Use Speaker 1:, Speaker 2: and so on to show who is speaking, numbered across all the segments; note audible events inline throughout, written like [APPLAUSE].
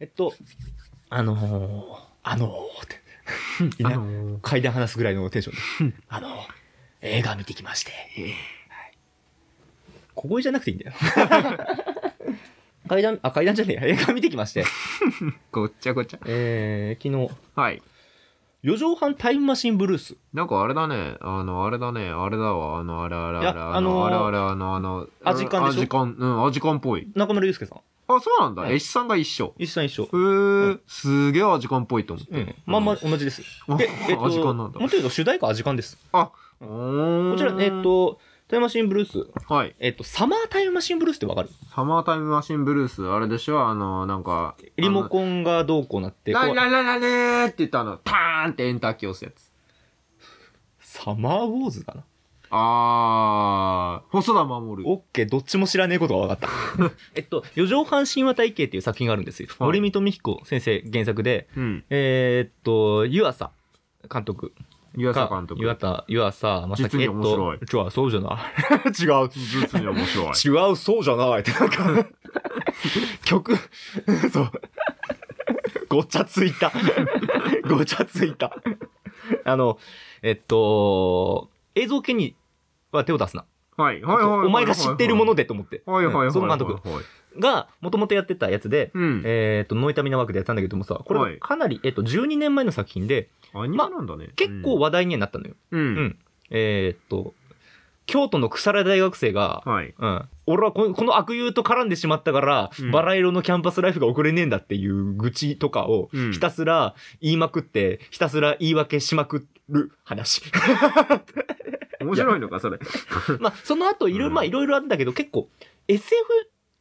Speaker 1: えっと、あのー、あのー、って。 [LAUGHS] みん
Speaker 2: あ
Speaker 1: な
Speaker 2: のー
Speaker 1: 階段話すぐらいのテンションで。あのー、映画見てきまして。はい小声じゃなくていいんだ
Speaker 2: [LAUGHS]
Speaker 1: よ。階段、あ、階段じゃねえや。映画見てきまして。
Speaker 2: ごっちゃごちゃ。
Speaker 1: えー、昨日、
Speaker 2: はい。
Speaker 1: 四畳半タイムマシンブルース。
Speaker 2: なんかあれだね、あの、あれだね、あれだわ、あの、あれあれ
Speaker 1: い
Speaker 2: あれ、
Speaker 1: や
Speaker 2: あの、
Speaker 1: あ
Speaker 2: あれ
Speaker 1: のー
Speaker 2: あれあの、あの、
Speaker 1: アジカンでしょ
Speaker 2: アジカン、うん、アジカンっぽい。
Speaker 1: 中村祐介さん。
Speaker 2: あ、そうなんだ。
Speaker 1: はい
Speaker 2: 絵師さんが一緒。
Speaker 1: 一緒一緒
Speaker 2: へ。ー、すげえアジカンっぽいと思って。
Speaker 1: うん。まあまあ同じです。
Speaker 2: あ
Speaker 1: で、えっと、
Speaker 2: アジカンなんだ
Speaker 1: もっと言うと主題歌はアジカンです。
Speaker 2: うーん。
Speaker 1: こちら、えっ、と、タイムマシンブルース。
Speaker 2: はい。
Speaker 1: えっと、サマータイムマシンブルースってわかる
Speaker 2: サマータイムマシンブルース、あれでしょあの、なんか、
Speaker 1: リモコンがどうこうなって、
Speaker 2: あ
Speaker 1: こ
Speaker 2: の
Speaker 1: う
Speaker 2: ララララレーって言ったあの、ターンってエンターキー押すやつ。
Speaker 1: サマーウォーズかな
Speaker 2: あー、細田守る。
Speaker 1: オッケー、どっちも知らねえことが分かった。 [LAUGHS] えっと、四畳半神話体系っていう作品があるんですよ。
Speaker 2: はい
Speaker 1: 森見富彦先生原作で、
Speaker 2: うん。
Speaker 1: えーっと、湯浅監督
Speaker 2: 湯
Speaker 1: が。
Speaker 2: 浅監督。
Speaker 1: 湯浅、湯浅、まさ
Speaker 2: 実に面白い
Speaker 1: えっと、違う、そうじゃない。 [LAUGHS] 違う。
Speaker 2: 実に面白い。
Speaker 1: 違う、そうじゃないって、なん [LAUGHS] か、曲、そう。ごちゃついた。ごちゃついた。あの、えっと、映像系には手を出すな。
Speaker 2: はい、はい、はいはい。
Speaker 1: お前が知っているものでと思って。
Speaker 2: はい、はい、はいは
Speaker 1: う
Speaker 2: い。
Speaker 1: んその監督
Speaker 2: はい。
Speaker 1: が、もともとやってたやつで、
Speaker 2: うん。
Speaker 1: えっと、ノイタミナワークでやったんだけどもさ、こ
Speaker 2: は
Speaker 1: れ
Speaker 2: い
Speaker 1: かなり、えっと、12年前の作品で、
Speaker 2: アニメなんだね。
Speaker 1: 結構話題にはなったのよ。
Speaker 2: うん、うん。
Speaker 1: うんえっと、京都の腐れ大学生が、
Speaker 2: はい。
Speaker 1: うん、俺はここの悪友と絡んでしまったから、
Speaker 2: うん
Speaker 1: バラ色のキャンパスライフが送れねえんだっていう愚痴とかを
Speaker 2: うん
Speaker 1: ひたすら言いまくって、ひたすら言い訳しまくる
Speaker 2: [LAUGHS]
Speaker 1: 話。
Speaker 2: 面白いのか、それ。
Speaker 1: まあ、その後いろいろ、
Speaker 2: うん
Speaker 1: まあ、いろいろあるんだけど、結構 SF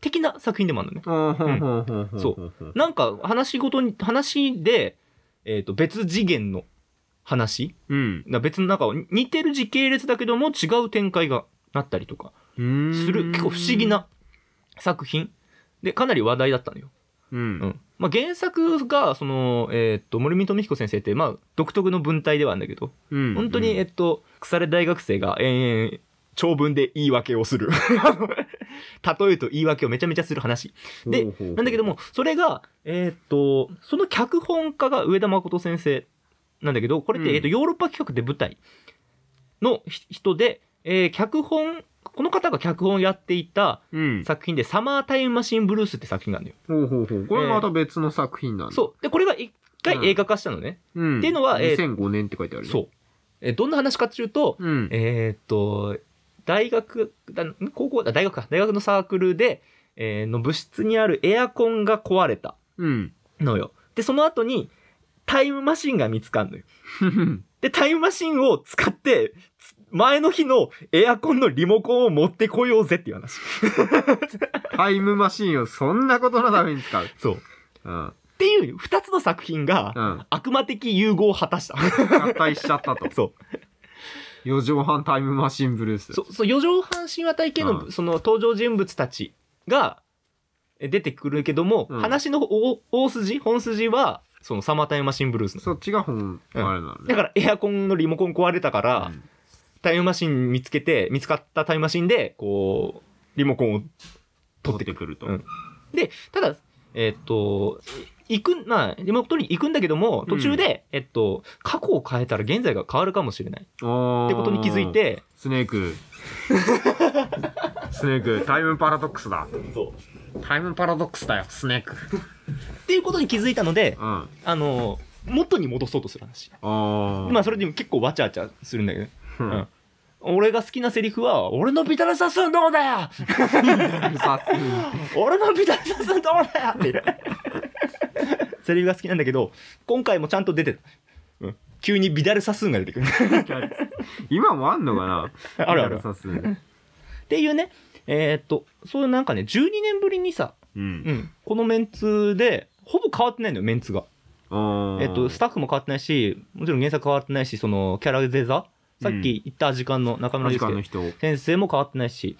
Speaker 1: 的な作品でもあるのね。
Speaker 2: あーほんほんほんほんほん
Speaker 1: そ
Speaker 2: ほんほん。
Speaker 1: なんか話ごとに、話で、えっ、と、別次元の話
Speaker 2: うん。
Speaker 1: な別の中を似てる時系列だけども違う展開がなったりとか
Speaker 2: うーん
Speaker 1: する、結構不思議。な作品で、かなり話題だったのよ。
Speaker 2: う。
Speaker 1: うんんまあ、原作がその、えーっと森見富彦先生って、まあ、独特の文体ではあるんだけど、
Speaker 2: うん。
Speaker 1: 本当に、
Speaker 2: うん
Speaker 1: えっと、腐れ大学生が延々長文で言い訳をする [LAUGHS] 例えと言い訳をめちゃめちゃする話で
Speaker 2: ほうほうほう
Speaker 1: なんだけどもそれが、えーっとその脚本家が上田誠先生なんだけどこれって、
Speaker 2: うん
Speaker 1: えっとヨーロッパ企画で舞台のひ人で、えー脚本この方が脚本をやっていた
Speaker 2: うん。
Speaker 1: 作品で「サマータイムマシンブルース」って作品があるのよ。
Speaker 2: ほうほうほう。これまた別の作品なんだ。
Speaker 1: そう。で、これが一回映画化したのね。
Speaker 2: うん。
Speaker 1: っていうのはえー
Speaker 2: 2005年って書いてあるよ。
Speaker 1: そう。え、どんな話かっていうと、
Speaker 2: うん。
Speaker 1: えーっと、大学、だん高校、あ大学か、大学のサークルで、えーの部室にあるエアコンが壊れた
Speaker 2: うん。 [LAUGHS]
Speaker 1: のよ。で、その後に、タイムマシンが見つかんのよ。で、タイムマシンを使って、つ前の日のエアコンのリモコンを持ってこようぜっていう話。
Speaker 2: タイムマシンをそんなことのために使う。
Speaker 1: そう。っ
Speaker 2: うん。
Speaker 1: ていう二つの作品が、
Speaker 2: うん。
Speaker 1: 悪魔的融合を果た [LAUGHS] した。。
Speaker 2: 合体しちゃったと
Speaker 1: そう。
Speaker 2: 4畳半タイムマシンブルース。
Speaker 1: そそう四畳半神話体系の、
Speaker 2: うん
Speaker 1: その登場人物たちがえ出てくるけども、
Speaker 2: うん
Speaker 1: 話の大大筋本筋はそのサマータイムマシンブルースなの
Speaker 2: そっちが本、あ
Speaker 1: う
Speaker 2: れ
Speaker 1: ん
Speaker 2: なのね
Speaker 1: だ。からエアコンのリモコン壊れたから、
Speaker 2: うん
Speaker 1: タイムマシン見つけて見つかったタイムマシンでこうリモコンを
Speaker 2: 取ってくると
Speaker 1: う。んでただえーっと行くまあリモコン取りに行くんだけども途中で、えっと過去を変えたら現在が変わるかもしれないっ
Speaker 2: って
Speaker 1: ことに気づい。て
Speaker 2: スネー
Speaker 1: [LAUGHS]
Speaker 2: ク。スネーク、タイムパラドックスだ。タイムパラドックスだよ、スネーク。
Speaker 1: っていうことに気づいたので
Speaker 2: うん。あ
Speaker 1: あの元に戻そうとする話
Speaker 2: あ。
Speaker 1: まあそれでも結構わちゃわちゃするんだけど、
Speaker 2: うん、
Speaker 1: うん俺が好きなセリフは「俺のビタルサスンどうだよ
Speaker 2: さす
Speaker 1: 俺のビタルサスンどうだよ!」っていうセリフが好きなんだけど今回もちゃんと出てた、うん急にビダルサスーンが出てくる
Speaker 2: 今もあんのかな
Speaker 1: あるある
Speaker 2: さすうん。
Speaker 1: っていうねえーっとそういうなんかね12年ぶりにさ、
Speaker 2: うん。
Speaker 1: うんこのメンツでほぼ変わってないのよメンツが、
Speaker 2: ああ。
Speaker 1: えっとスタッフも変わってないしもちろん原作変わってないしそのキャラゼザさっき言った時間の中村
Speaker 2: 時
Speaker 1: 祐介、
Speaker 2: 間の人。
Speaker 1: 先生も変わってないし、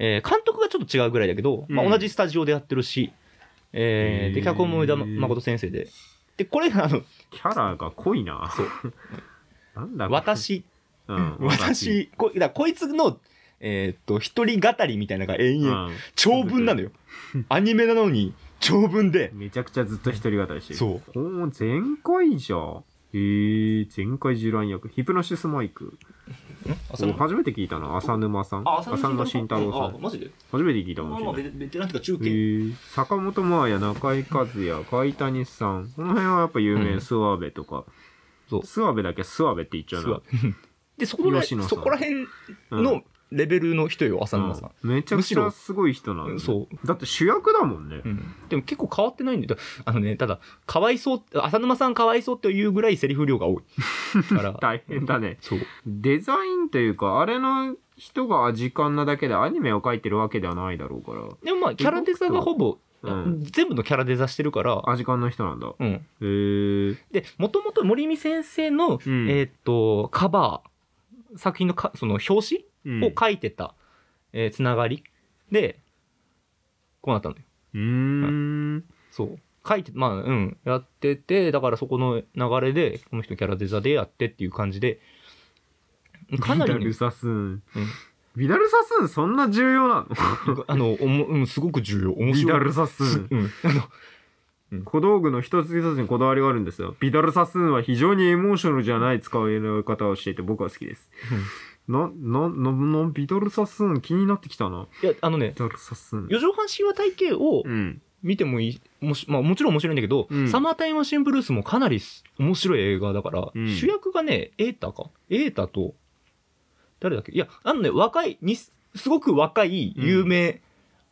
Speaker 1: えー監督がちょっと違うぐらいだけど、まあ、
Speaker 2: うん
Speaker 1: 同じスタジオでやってるし、えーで
Speaker 2: へー
Speaker 1: 脚本も上田誠先生で。で、これがあの、
Speaker 2: キャラが濃いな。
Speaker 1: そう。
Speaker 2: [LAUGHS] なんだこれ、
Speaker 1: 私、
Speaker 2: うん、
Speaker 1: 私、こだからこいつの、えーっと、一人語りみたいなのが永
Speaker 2: う
Speaker 1: 遠、
Speaker 2: ん。
Speaker 1: 長文なのよ。アニメなのに、長文で、
Speaker 2: めちゃくちゃずっと独り語りしてる。。
Speaker 1: そう
Speaker 2: おー、全開じゃん。へえー、全開柔軟薬。ヒプノシスマイク。
Speaker 1: 浅
Speaker 2: お初めて聞いたの浅沼さん。浅沼慎太郎さん。
Speaker 1: マジで
Speaker 2: 初めて聞いたかもしれない。
Speaker 1: ベテランとか中
Speaker 2: へー坂本真綾、中井和也、貝谷さん。この辺はやっぱ有名、
Speaker 1: うん
Speaker 2: 諏訪部とか。
Speaker 1: そう
Speaker 2: 諏訪部だけ諏訪部って言っちゃうな。
Speaker 1: [LAUGHS] で、そこら、
Speaker 2: 吉野さん
Speaker 1: そこら辺のレベルの人よ、浅沼さん。
Speaker 2: うんめちゃくちゃすごい人な
Speaker 1: う
Speaker 2: の、
Speaker 1: んそう。
Speaker 2: だって主役だもんね。
Speaker 1: うんでも結構変わってないんで、だあのね、ただ、かわいそう、浅沼さんかわいそうっていうぐらいセリフ量が多い。だから、
Speaker 2: [LAUGHS] 大変だね。
Speaker 1: そう。
Speaker 2: デザインというか、あれの人がアジカンなだけでアニメを描いてるわけではないだろうか
Speaker 1: でもまあ、キャラデザがほぼ、
Speaker 2: うん
Speaker 1: 全部のキャラデザしてるから、
Speaker 2: ら。アジカンの人なんだ。へ
Speaker 1: うん。
Speaker 2: えー。
Speaker 1: で、もともと森見先生の、
Speaker 2: うん
Speaker 1: えーっと、カバー、作品のか、その表
Speaker 2: うん
Speaker 1: 紙を書いてた、えーつながりで、こうなったのよ。
Speaker 2: うーん。
Speaker 1: そう。書いて、まあ、うん、やってて、だからそこの流れで、この人キャラデザでやってっていう感じで、かなり
Speaker 2: ビダ
Speaker 1: ね、
Speaker 2: ルサスーン。ビダルサスーンそんな重要なの
Speaker 1: [LAUGHS] あの、おもうん、すごく重要。面
Speaker 2: ビダ
Speaker 1: 白い。
Speaker 2: ルサス
Speaker 1: す
Speaker 2: ー
Speaker 1: う
Speaker 2: ン。
Speaker 1: ん。あの、
Speaker 2: 小道具の一つ一つにこだわりがあるんですよ。ビダルサスーンは非常にエモーショナルじゃない使い方をしていて僕は好きです。な、な、な、な、ビダルサスーン気になってきたな。
Speaker 1: いや、あのね
Speaker 2: ビ、ダルサスーン。
Speaker 1: 四畳半神話体系を
Speaker 2: うん。
Speaker 1: 見てもいい、もしまあ、もちろん面白いんだけど、
Speaker 2: うん
Speaker 1: サマータイムシンブルースもかなりす面白い映画だから、
Speaker 2: うん
Speaker 1: 主役がね、エータか。エータと、誰だっけいや、あのね、若い、にすすごく若い、有名、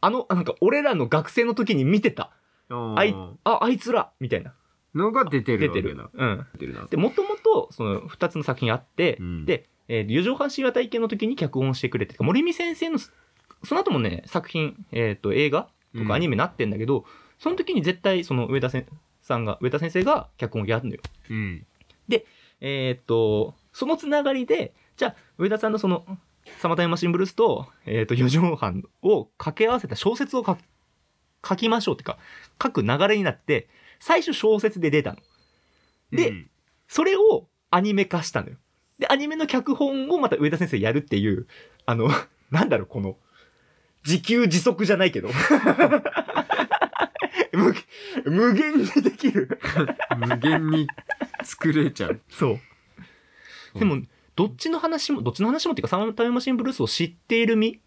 Speaker 1: あの、なんか俺らの学生の時に見てた。あ
Speaker 2: あ
Speaker 1: い
Speaker 2: い。
Speaker 1: あ、あいつらみたいな。
Speaker 2: のが出てる
Speaker 1: 出
Speaker 2: わ
Speaker 1: て
Speaker 2: け
Speaker 1: る
Speaker 2: だ。。
Speaker 1: うん。
Speaker 2: 出てるな。
Speaker 1: で、もともと、その、二つの作品あって、
Speaker 2: うん
Speaker 1: で、えー、四畳半神話体験の時に脚本してくれてて、森見先生のす、その後もね、作品、えっ、と、映画と
Speaker 2: うん
Speaker 1: かアニメなってんだけど、その時に絶対、その、上田せんさんが、上田先生が脚本をやるのよ。
Speaker 2: うん。
Speaker 1: えっ、と、そのつながりで、じゃあ、上田さんのその、サマータイムマシンブルースと、えっ、と、四畳半を掛け合わせた小説を書き書きましょうっていうか、書く流れになって、最初小説で出たの。で
Speaker 2: うん
Speaker 1: それをアニメ化したのよ。で、アニメの脚本をまた上田先生やるっていう、あの、 [LAUGHS] なんだろう、この、自給自足じゃないけど。 [LAUGHS] 無無限にできる。
Speaker 2: 無限に作れち
Speaker 1: [LAUGHS]
Speaker 2: ゃう。
Speaker 1: そう。でも、どっちの話も、どっちの話もっていうか、サマータイムマシンブルースを知っている身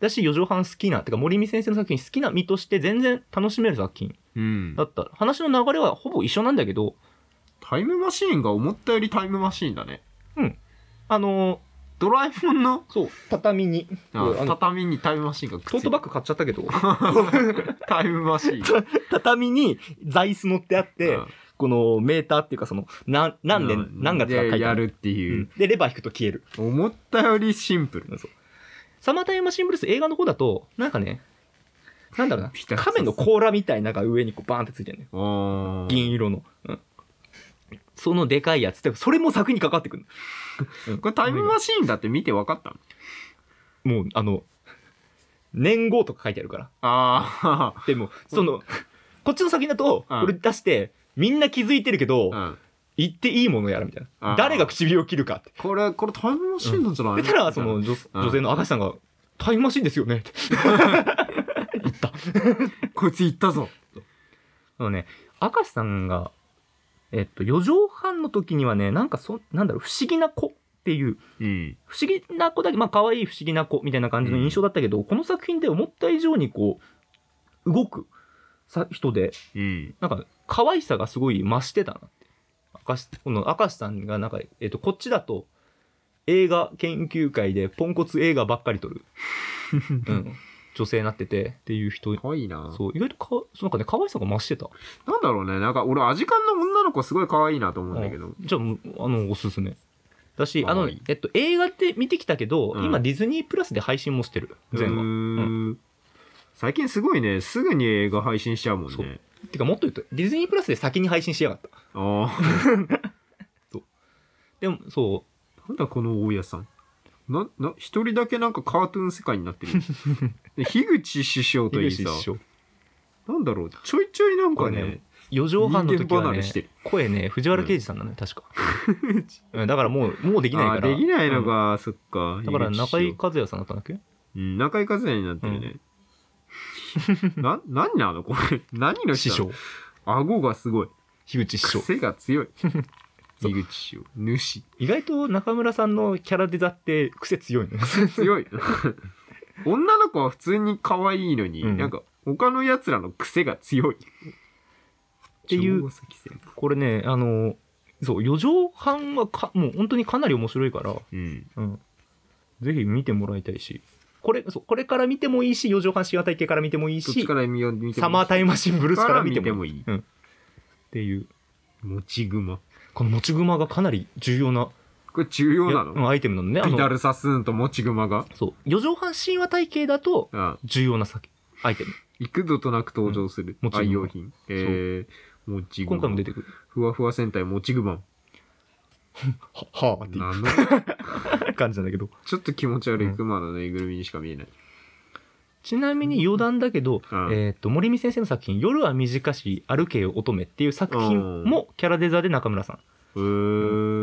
Speaker 1: だし、四畳半好きな、てか森見先生の作品好きな身として全然楽しめる作品
Speaker 2: うん
Speaker 1: だ。った。話の流れはほぼ一緒なんだけど、
Speaker 2: タイムマシーンが思ったよりタイムマシーンだね。
Speaker 1: あの
Speaker 2: ドラえもんの
Speaker 1: そう、畳に、
Speaker 2: あ
Speaker 1: あの
Speaker 2: 畳にタイムマシーンがくっつい
Speaker 1: トー
Speaker 2: て
Speaker 1: ト
Speaker 2: る
Speaker 1: バッグ買っちゃった [LAUGHS] けど。
Speaker 2: タイムマシーン。
Speaker 1: 畳に座椅子乗ってあって、
Speaker 2: うん
Speaker 1: このメーターっていうかその何何年、
Speaker 2: うん
Speaker 1: 何月が書いてあ
Speaker 2: で
Speaker 1: る
Speaker 2: やるっていうう、
Speaker 1: んでレバー引くと消える
Speaker 2: 思ったよりシンプル。
Speaker 1: サマータイムマシンブルース映画の方だとなんかねなんだろう
Speaker 2: ピタ
Speaker 1: な
Speaker 2: ッと
Speaker 1: 亀の甲羅みたいなのが上にこうバーンってついてるのよ
Speaker 2: あー
Speaker 1: 銀色の、うんそのでかいやつでもそれも柵にかかってくるの、うん
Speaker 2: これタイムマシーンだって見て分かったの
Speaker 1: もうあの年号とか書いてあるから
Speaker 2: あ
Speaker 1: でもその、こっちの先だと
Speaker 2: うん
Speaker 1: これ出してみんな気づいてるけど、
Speaker 2: あ、うん。
Speaker 1: 言っていいものやらみたい
Speaker 2: あ
Speaker 1: な
Speaker 2: ー
Speaker 1: 誰が唇を切るかって
Speaker 2: これ、これタイムマシーンなんじゃない
Speaker 1: 出たら、その、女
Speaker 2: うん
Speaker 1: 女性の赤石さんが、タイムマシンですよねって。言った。
Speaker 2: こいつ行ったぞ。
Speaker 1: あのね、赤石さんが、えっと、四畳半の時にはね、なんかそ、なんだろう、不思議な子っていう、
Speaker 2: うん。
Speaker 1: 不思議な子だけ、まあ、可愛い不思議な子みたいな感じの印象だったけど、この作品で思った以上にこう、動くさ人で、
Speaker 2: うん。
Speaker 1: なんか、可愛さがすごい増してたなって。明石、この明石さんがなんか、えっ、と、こっちだと、映画研究会でポンコツ映画ばっかり撮 [LAUGHS] る、うん、女性になっててっていう人、
Speaker 2: かわいいな。
Speaker 1: そう、意外とかわ、そうなんかね、可愛さが増してた。
Speaker 2: なんだろうね。なんか俺、アジカンの女の子すごい可愛いなと思うんだけど。
Speaker 1: じゃあ、もうあの、おすすめ。だし、あ
Speaker 2: 可
Speaker 1: の
Speaker 2: 愛い、
Speaker 1: えっと、映画って見てきたけど、
Speaker 2: うん
Speaker 1: 今ディズニープラスで配信もしてる、
Speaker 2: う
Speaker 1: 全話。
Speaker 2: ーん最近すごいね。すぐに映画配信しちゃうもん
Speaker 1: そ
Speaker 2: ね。
Speaker 1: てか、もっと言うと、ディズニープラスで先に配信しやがった。
Speaker 2: ああ。
Speaker 1: でも、そう、
Speaker 2: なんだこの大家さん。な、な、一人だけなんかカートゥーン世界になっ
Speaker 1: [LAUGHS]
Speaker 2: てる。で樋口師匠といい
Speaker 1: 樋
Speaker 2: さ
Speaker 1: 口、師匠
Speaker 2: なんだろう、ちょいちょいなんか
Speaker 1: これ
Speaker 2: ね
Speaker 1: ね、四畳半の時
Speaker 2: 人間
Speaker 1: は
Speaker 2: 離
Speaker 1: ね
Speaker 2: れしてる、
Speaker 1: 声ね、藤原啓治さんなのよ、確か。うんだからもう、もうできない
Speaker 2: あ
Speaker 1: か
Speaker 2: ー
Speaker 1: ら。
Speaker 2: できないの
Speaker 1: うん
Speaker 2: か、そっか。
Speaker 1: だから中
Speaker 2: 井
Speaker 1: 井
Speaker 2: 口師匠
Speaker 1: 和也さんだったんだっけ
Speaker 2: うん、中井和也になってるね。な、何なのこれ。何の
Speaker 1: 師
Speaker 2: 人なの
Speaker 1: 匠。
Speaker 2: 顎がすごい。
Speaker 1: 樋口師匠。
Speaker 2: 癖
Speaker 1: [LAUGHS]
Speaker 2: が強い。
Speaker 1: そう
Speaker 2: 井口師匠。主。
Speaker 1: 意外と中村さんのキャラデザって癖強いの
Speaker 2: 強い。 [LAUGHS] 女の子は普通に可愛いのに、
Speaker 1: うん
Speaker 2: なんか、他の奴らの癖が強い。って
Speaker 1: いうこれね、あの、そう、四畳半はか、もう本当にかなり面白いから、
Speaker 2: うん。
Speaker 1: うん。ぜひ見てもらいたいし、これ、そう、これから見てもいいし、四畳半神話体系から見てもいい
Speaker 2: どっち
Speaker 1: し
Speaker 2: か、ら見よう見て
Speaker 1: サマータイムマシンブルースから見て
Speaker 2: から
Speaker 1: もいい。
Speaker 2: いい。
Speaker 1: っていう、
Speaker 2: 持ち熊。
Speaker 1: この持ち熊がかなり重要な、
Speaker 2: これ重要ない
Speaker 1: やう
Speaker 2: の
Speaker 1: んアイテムなのね。あ
Speaker 2: ビダ
Speaker 1: の、
Speaker 2: ルサスーンと持ち熊が。
Speaker 1: そう、四畳半神話体系だと
Speaker 2: ああ
Speaker 1: 重要な先アイテム。
Speaker 2: 幾度となく登場する
Speaker 1: うん持ち熊
Speaker 2: 愛用品。えー、持ち熊。
Speaker 1: 今回も出てくる。
Speaker 2: ふわふわ戦隊持ち熊。
Speaker 1: は、はあ、ってい
Speaker 2: なの
Speaker 1: う感じなんだけど。
Speaker 2: ちょっと気持ち悪い熊のぬいぐるみにしか見えない。
Speaker 1: ちなみに余談だけど、
Speaker 2: うん
Speaker 1: えっと、森見先生の作品、夜は短し歩けよ乙女っていう作品もキャラデザで中村さ
Speaker 2: うー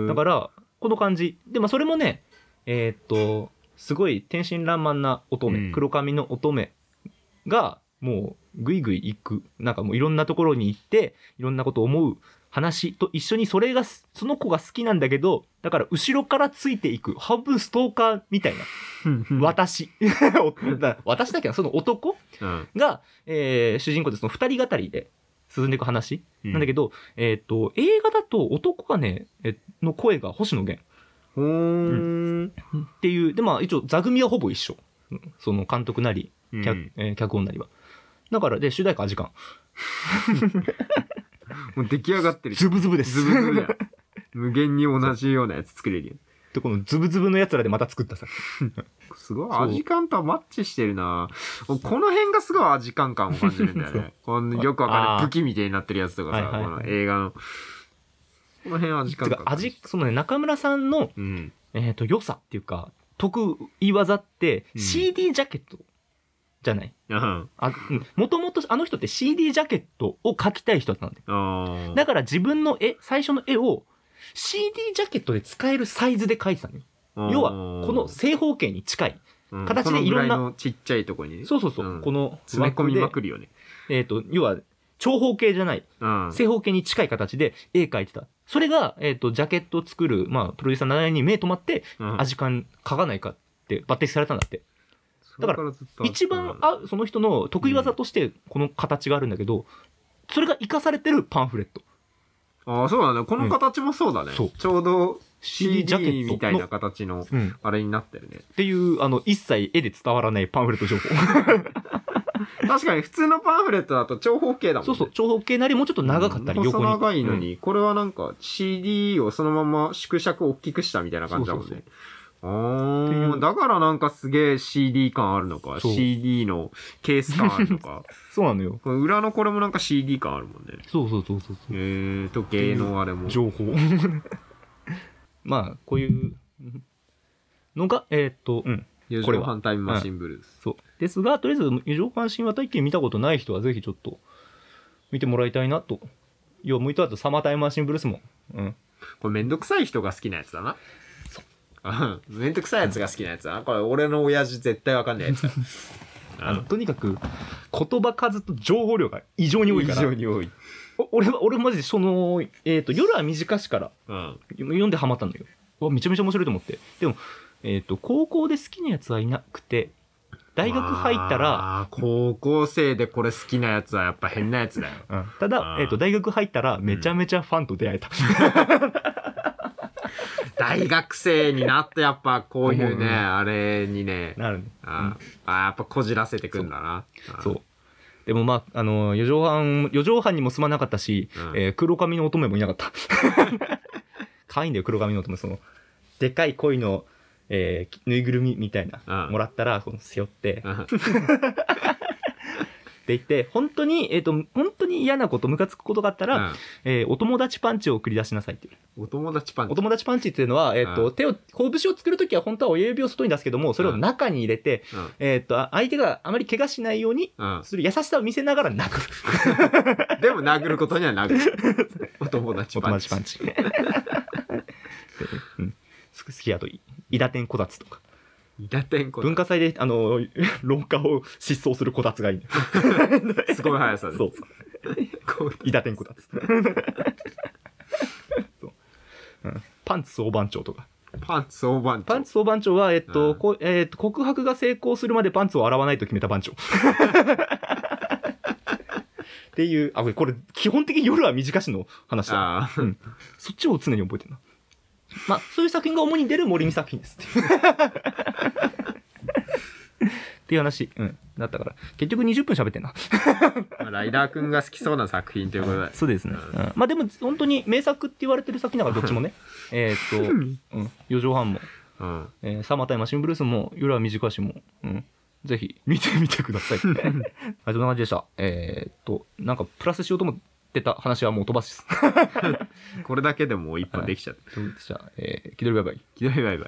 Speaker 1: ん。
Speaker 2: ん。
Speaker 1: だから、この感じ。で、まあ、それもね、えっと、すごい天真爛漫な乙女、
Speaker 2: うん
Speaker 1: 黒髪の乙女が、もう、ぐいぐい行く。なんかもういろんなところに行って、いろんなことを思う話と一緒に、それがす、その子が好きなんだけど、だから後ろからついていく、半分ストーカーみたいな。私。 [LAUGHS] だ私だけど、その男
Speaker 2: うん、
Speaker 1: が、えー主人公でその二人語りで進んでいく話
Speaker 2: うん。
Speaker 1: なんだけ
Speaker 2: ど、
Speaker 1: ど、えっ、と、映画だと男がね、えの声が星野源
Speaker 2: ほーん。
Speaker 1: っていう、で、まあ一応座組はほぼ一緒。うんその監督なり、脚,、
Speaker 2: うん
Speaker 1: えー脚本なりは。だから、で、主題歌は時間。
Speaker 2: もう出来上がってる。
Speaker 1: ズブズブで
Speaker 2: ズ
Speaker 1: す。
Speaker 2: ブズブじゃん。 [LAUGHS] 無限に同じようなやつ作れるよ。
Speaker 1: [LAUGHS] で、このズブズブのやつらでまた作ったさ。
Speaker 2: すごい、
Speaker 1: そう
Speaker 2: 味感とはマッチしてるなこの辺がすごい味感感を感じるんだよ
Speaker 1: [LAUGHS] そう
Speaker 2: ね。このよくわかん
Speaker 1: あ
Speaker 2: な
Speaker 1: ー
Speaker 2: い武器みたいになってるやつとか
Speaker 1: は
Speaker 2: さ
Speaker 1: い、はい
Speaker 2: こ
Speaker 1: はい
Speaker 2: の映画の。この辺味感
Speaker 1: てか
Speaker 2: 感。、
Speaker 1: 味、そのね、中村さんの、
Speaker 2: うん。
Speaker 1: えっ、と、良さっていうか、得意技って、
Speaker 2: うん
Speaker 1: CD ジャケットじゃない
Speaker 2: うん。
Speaker 1: あ、もともとあの人って CD ジャケットを描きたい人だったんで。
Speaker 2: あ
Speaker 1: だから自分の絵、最初の絵を CD ジャケットで使えるサイズで描いてたのよ。要は、この正方形に近い。
Speaker 2: の
Speaker 1: 形でいろんな
Speaker 2: のちっちゃいとこにね
Speaker 1: そうそうそう。
Speaker 2: ん
Speaker 1: この
Speaker 2: 詰め込みま
Speaker 1: 枠
Speaker 2: くるよね。
Speaker 1: で、えっ、と、要は、長方形じゃない、
Speaker 2: うん。
Speaker 1: 正方形に近い形で絵描いてた。それが、えっ、と、ジャケットを作る、まあ、プロデューサー7人に目止まって、
Speaker 2: うん
Speaker 1: アジカン描かないかって抜擢されたんだって。
Speaker 2: それらずっと味
Speaker 1: 一
Speaker 2: 感なんだ
Speaker 1: 番合う、その人の得意技として、この形があるんだけど、それが活かされてるパンフレット。
Speaker 2: ああ、そうなんだ。この形もそうだね。
Speaker 1: うんそう
Speaker 2: ちょうど
Speaker 1: CD ジャケッ
Speaker 2: CD
Speaker 1: トの
Speaker 2: みたいな形の、
Speaker 1: うん。
Speaker 2: あれになってるね。
Speaker 1: っていう、あの、一切絵で伝わらないパンフレット情
Speaker 2: [LAUGHS]
Speaker 1: 報。
Speaker 2: 確かに普通のパンフレットだと長方形だもんね。
Speaker 1: そうそう、長方形なりもうちょっと長かったり、
Speaker 2: うん
Speaker 1: 横に。
Speaker 2: 細長いのに、これはなんか CD をそのまま縮尺大きくしたみたいな感じだもん
Speaker 1: そう
Speaker 2: ね
Speaker 1: そ。
Speaker 2: あ
Speaker 1: ってい
Speaker 2: ー
Speaker 1: う
Speaker 2: だからなんかすげえ CD 感あるのか、
Speaker 1: そう
Speaker 2: CD のケース感ある
Speaker 1: [LAUGHS]
Speaker 2: のか。
Speaker 1: そうなのよ。
Speaker 2: これ裏のこれもなんか CD 感あるもんね。
Speaker 1: そうそうそうそうそ
Speaker 2: えー、時計のあれも
Speaker 1: う。。情報。 [LAUGHS] まあ、こういううんのが、えーっと、うん。
Speaker 2: 4
Speaker 1: これ
Speaker 2: 畳
Speaker 1: は
Speaker 2: 半タイムマシンブルース。
Speaker 1: そう。ですが、とりあえず、異常関心話体験見たことない人は、ぜひちょっと、見てもらいたいなと。要は、向いた後、サマータイムマシンブルースも。うん。
Speaker 2: これめんどくさい人が好きなやつだな。うんめんどくさいやつが好きなやつだな。これ俺の親父絶対わかんないや [LAUGHS] つだ。
Speaker 1: あの、とにかく、言葉数と情報量が異常に多いから。
Speaker 2: 非常に多い。
Speaker 1: お俺は、俺マジで、その、えーっと、夜は短しから、
Speaker 2: うん。
Speaker 1: 読んでハマったんだよ。うわめちゃめちゃ面白いと思って。でも、えっ、と、高校で好きなやつはいなくて、大学入ったら、
Speaker 2: あー、高校生でこれ好きなやつはやっぱ変なやつだよ。
Speaker 1: うんただ
Speaker 2: あ、ー
Speaker 1: えっ、と、大学入ったら、めちゃめちゃファンと出会えた。
Speaker 2: [LAUGHS] 大学生になってやっぱこういう
Speaker 1: 思う
Speaker 2: ね、
Speaker 1: ね
Speaker 2: あれにね、
Speaker 1: なるね。
Speaker 2: あーあーやっぱこじらせてくんだな。あー
Speaker 1: そう。でもまあ、あの、四畳半、四畳半にも住まなかったし、
Speaker 2: うん
Speaker 1: えー黒髪の乙女もいなかった。 [LAUGHS] 可愛いんだよ、黒髪の乙女。その、でかい恋の、えーぬいぐるみみたいな、
Speaker 2: うん
Speaker 1: もらったら、この背負って、
Speaker 2: うん
Speaker 1: って言って、本当に、えっ、と、本当に嫌なこと、ムカつくことがあったら、えーお友達パンチを繰り出しなさいっていう。
Speaker 2: うんお友達パン
Speaker 1: お
Speaker 2: チ。
Speaker 1: 友達パンチっていうのは、えっ、と、
Speaker 2: う
Speaker 1: 手を、拳を作るときは本当は親指を外に出すけども、それを中に入れて、
Speaker 2: うん
Speaker 1: えっ、と、あ相手があまり怪我しないように
Speaker 2: うん
Speaker 1: する優しさを見せながら殴る。
Speaker 2: でも殴ることには [LAUGHS] 殴る。お友達
Speaker 1: お
Speaker 2: パ
Speaker 1: 友
Speaker 2: ン
Speaker 1: 達
Speaker 2: チ
Speaker 1: パ。ンチ。でうん、好き好きやと、伊達天こたつとか。
Speaker 2: イタテンコだ
Speaker 1: 文化祭で、あの、廊下を疾走するこたつがいい。
Speaker 2: すごい速さで
Speaker 1: そう。
Speaker 2: こ
Speaker 1: 伊達天こた
Speaker 2: [LAUGHS]
Speaker 1: つ。そううんパンツ総番長とか。
Speaker 2: うパンツ大番
Speaker 1: パンツ総番長は、えっと、
Speaker 2: うん
Speaker 1: こえっと告白が成功するまでパンツを洗わないと決めた番長。っていう、あ、これ、これ基本的に夜は短しの話だ。
Speaker 2: ああ
Speaker 1: うんそっちを常に覚えてるな。まあ、そういう作品が主に出る森美作品ですっていう。っていう話、うん、だったから。結局20分喋ってんな。
Speaker 2: まあライダーくんが好きそうな作品ということで
Speaker 1: そうですね。
Speaker 2: うん
Speaker 1: うんまあでも、本当に名作って言われてる作品だからどっち [LAUGHS] もね。えーっと、うん、四畳半も、
Speaker 2: うん
Speaker 1: えーサマータイムマシンブルースも、夜は短しも、うん、ぜひ見てみてくだ
Speaker 2: [LAUGHS]
Speaker 1: さい。はい、そんな感じでした。えーっと、なんかプラスしようと思ってた話はもう飛ばしです。
Speaker 2: これだけでもう一本できちゃった
Speaker 1: そうでしたえー、気取りバイバイ。
Speaker 2: ひどいバイバイ